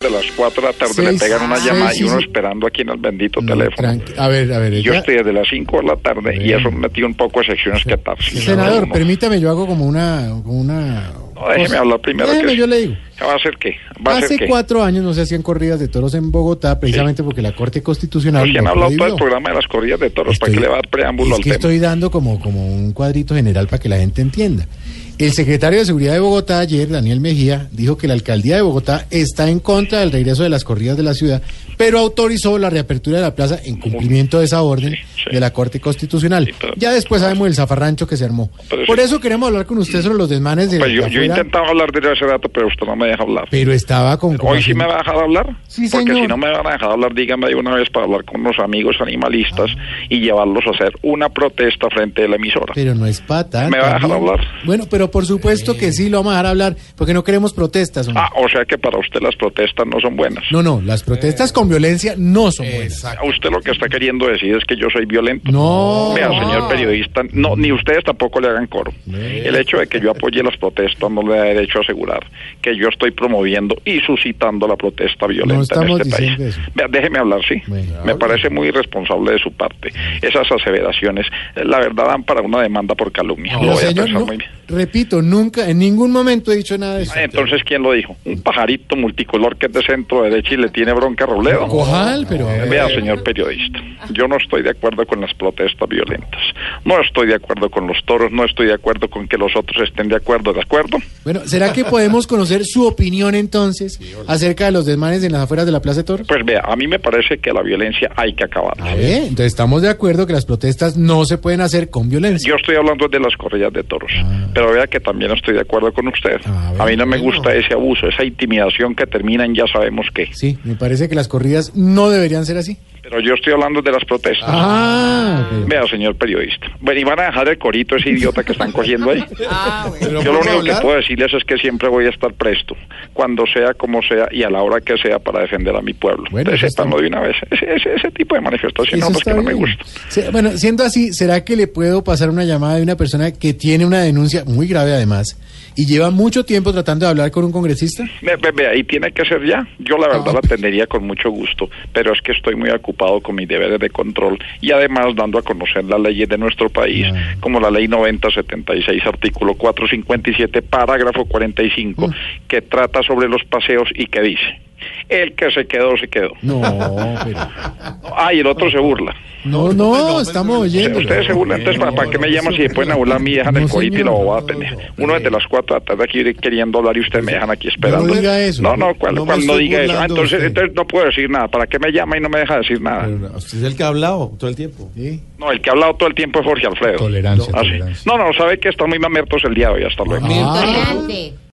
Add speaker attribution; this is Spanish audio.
Speaker 1: De las 4 de la tarde
Speaker 2: Seis,
Speaker 1: le pegan una
Speaker 2: ah,
Speaker 1: llamada
Speaker 2: sí,
Speaker 1: y uno
Speaker 2: sí.
Speaker 1: esperando aquí en el bendito
Speaker 2: No,
Speaker 1: teléfono.
Speaker 2: Mm, tranqui- a ver, a ver.
Speaker 1: Yo
Speaker 2: ya-
Speaker 1: estoy desde las 5 de la tarde y
Speaker 2: Bien.
Speaker 1: eso me metió un poco a secciones catárticas.
Speaker 2: Senador,
Speaker 1: No,
Speaker 2: permítame, yo hago como una... Como una
Speaker 1: No, déjeme
Speaker 2: cosa.
Speaker 1: hablar primero,
Speaker 2: Déjeme,
Speaker 1: que-
Speaker 2: yo le digo.
Speaker 1: ¿Va a ser qué? ¿Va a ser
Speaker 2: Hace
Speaker 1: qué?
Speaker 2: cuatro años no se hacían corridas de toros en Bogotá, precisamente porque la Corte Constitucional...
Speaker 1: Recién
Speaker 2: lo
Speaker 1: Pues ha hablado todo el
Speaker 2: prohibió.
Speaker 1: programa de las corridas de toros. ¿Para qué
Speaker 2: Estoy-
Speaker 1: le va a dar preámbulo
Speaker 2: es
Speaker 1: al
Speaker 2: que
Speaker 1: tema?
Speaker 2: estoy dando como, como un cuadrito general para que la gente entienda. El secretario de Seguridad de Bogotá ayer, Daniel Mejía, dijo que la alcaldía de Bogotá está en contra del regreso de las corridas de la ciudad, pero autorizó la reapertura de la plaza en cumplimiento de esa orden
Speaker 1: sí.
Speaker 2: de la Corte Constitucional.
Speaker 1: Sí, pero-
Speaker 2: Ya después sabemos el zafarrancho que se armó.
Speaker 1: Pero sí.
Speaker 2: Por eso queremos hablar con usted sobre los desmanes de
Speaker 1: Pues yo, yo he
Speaker 2: afuera,
Speaker 1: intentado hablar desde hace rato, pero usted no me deja hablar.
Speaker 2: pero estaba con...
Speaker 1: ¿Hoy sí me va a dejar hablar?
Speaker 2: Sí,
Speaker 1: Porque
Speaker 2: señor.
Speaker 1: si no me van a dejar hablar, díganme de una vez para hablar con los amigos animalistas y llevarlos a hacer una protesta frente a la emisora.
Speaker 2: Ah. Pero no es pata.
Speaker 1: ¿Me va a dejar hablar?
Speaker 2: Bueno, pero por supuesto que sí lo vamos a dejar hablar, porque no queremos protestas. hombre.
Speaker 1: Ah, o sea que para usted las protestas no son buenas.
Speaker 2: No, no, las protestas con violencia no son buenas.
Speaker 1: A usted lo que está queriendo decir es que yo soy violento.
Speaker 2: No.
Speaker 1: Vea, señor periodista, no, ni ustedes tampoco le hagan coro. El hecho de que yo apoye las protestas no le da derecho a asegurar que yo estoy promoviendo y suscitando la protesta violenta en
Speaker 2: estamos
Speaker 1: este país.
Speaker 2: diciendo eso.
Speaker 1: Vea, déjeme hablar, sí.
Speaker 2: Bueno,
Speaker 1: Me
Speaker 2: hable.
Speaker 1: parece muy irresponsable de su parte. Esas aseveraciones, eh, la verdad, dan para una demanda por calumnia. Lo
Speaker 2: Pero,
Speaker 1: voy a
Speaker 2: señor,
Speaker 1: pensar
Speaker 2: no-
Speaker 1: muy bien.
Speaker 2: repito, nunca, en ningún momento he dicho nada de eso.
Speaker 1: Ah, Entonces, ¿quién lo dijo? Un pajarito multicolor que es de centro derecha y le tiene bronca a Robledo.
Speaker 2: Cojal, pero...
Speaker 1: Vea, pues. señor periodista, yo no estoy de acuerdo con las protestas violentas. No estoy de acuerdo con los toros, no estoy de acuerdo con que los otros estén de acuerdo, ¿de acuerdo?
Speaker 2: Bueno, ¿será que podemos conocer su opinión entonces acerca de los desmanes en las afueras de la Plaza de Toros?
Speaker 1: Pues vea, a mí me parece que la violencia hay que
Speaker 2: A
Speaker 1: acabarla.
Speaker 2: ver, entonces estamos de acuerdo que las protestas no se pueden hacer con violencia.
Speaker 1: Yo estoy hablando de las corridas de toros, pero vea que también estoy de acuerdo con usted.
Speaker 2: Ah,
Speaker 1: A mí no me
Speaker 2: bueno.
Speaker 1: gusta ese abuso, esa intimidación que termina en ya sabemos qué.
Speaker 2: Sí, me parece que las corridas no deberían ser así.
Speaker 1: Pero yo estoy hablando de las protestas.
Speaker 2: Ah, pero-
Speaker 1: Vea, señor periodista. Bueno, y van a dejar el corito ese idiota que están cogiendo ahí.
Speaker 2: pero pues,
Speaker 1: Yo lo
Speaker 2: ¿puedo
Speaker 1: único que
Speaker 2: hablar?
Speaker 1: puedo decirles es que siempre voy a estar presto, cuando sea, como sea y a la hora que sea para defender a mi pueblo.
Speaker 2: Bueno,
Speaker 1: Entonces,
Speaker 2: eso está
Speaker 1: sépanlo de una vez. Ese, ese- ese tipo de manifestaciones
Speaker 2: Eso
Speaker 1: no, pues, que
Speaker 2: está
Speaker 1: no me
Speaker 2: bien.
Speaker 1: gusta.
Speaker 2: Se- bueno, siendo así, ¿será que le puedo pasar una llamada de una persona que tiene una denuncia muy grave además y lleva mucho tiempo tratando de hablar con un congresista?
Speaker 1: Ve- ve- Vea, y tiene que ser ya. Yo la
Speaker 2: Ah.
Speaker 1: verdad la atendería con mucho gusto, pero es que estoy muy ocupado con mis deberes de control y además dando a conocer las leyes de nuestro país,
Speaker 2: Ah.
Speaker 1: como la ley 9076, artículo 457, parágrafo 45,
Speaker 2: Ah.
Speaker 1: que trata sobre los paseos y que dice, el que se quedó, se quedó.
Speaker 2: No, pero...
Speaker 1: Ah, y el otro se burla.
Speaker 2: No, no,
Speaker 1: pues,
Speaker 2: estamos oyendo.
Speaker 1: Ustedes se burlan, entonces, ¿para, para qué me llaman si después pueden burlar a mí y dejan
Speaker 2: No,
Speaker 1: el corito y la
Speaker 2: señor.
Speaker 1: bobada pendeja? Uno desde las 4 de la tarde aquí queriendo hablar y ustedes me dejan aquí esperando.
Speaker 2: No diga eso.
Speaker 1: No, no, ¿cuál,
Speaker 3: No me
Speaker 1: cuál no
Speaker 3: estoy
Speaker 1: diga eso? Ah,
Speaker 3: burlando de
Speaker 1: entonces,
Speaker 3: usted.
Speaker 1: entonces no puedo decir nada. ¿Para qué me llama y no me deja decir nada?
Speaker 3: Pero usted es el que ha hablado todo el tiempo.
Speaker 2: Sí.
Speaker 1: No, el que ha hablado todo el tiempo es Jorge Alfredo.
Speaker 2: Tolerancia,
Speaker 1: Ah, sí.
Speaker 2: tolerancia.
Speaker 1: No, no, sabe que están muy mamertos el día de hoy. Hasta luego.
Speaker 2: Ah,
Speaker 4: Tolerante.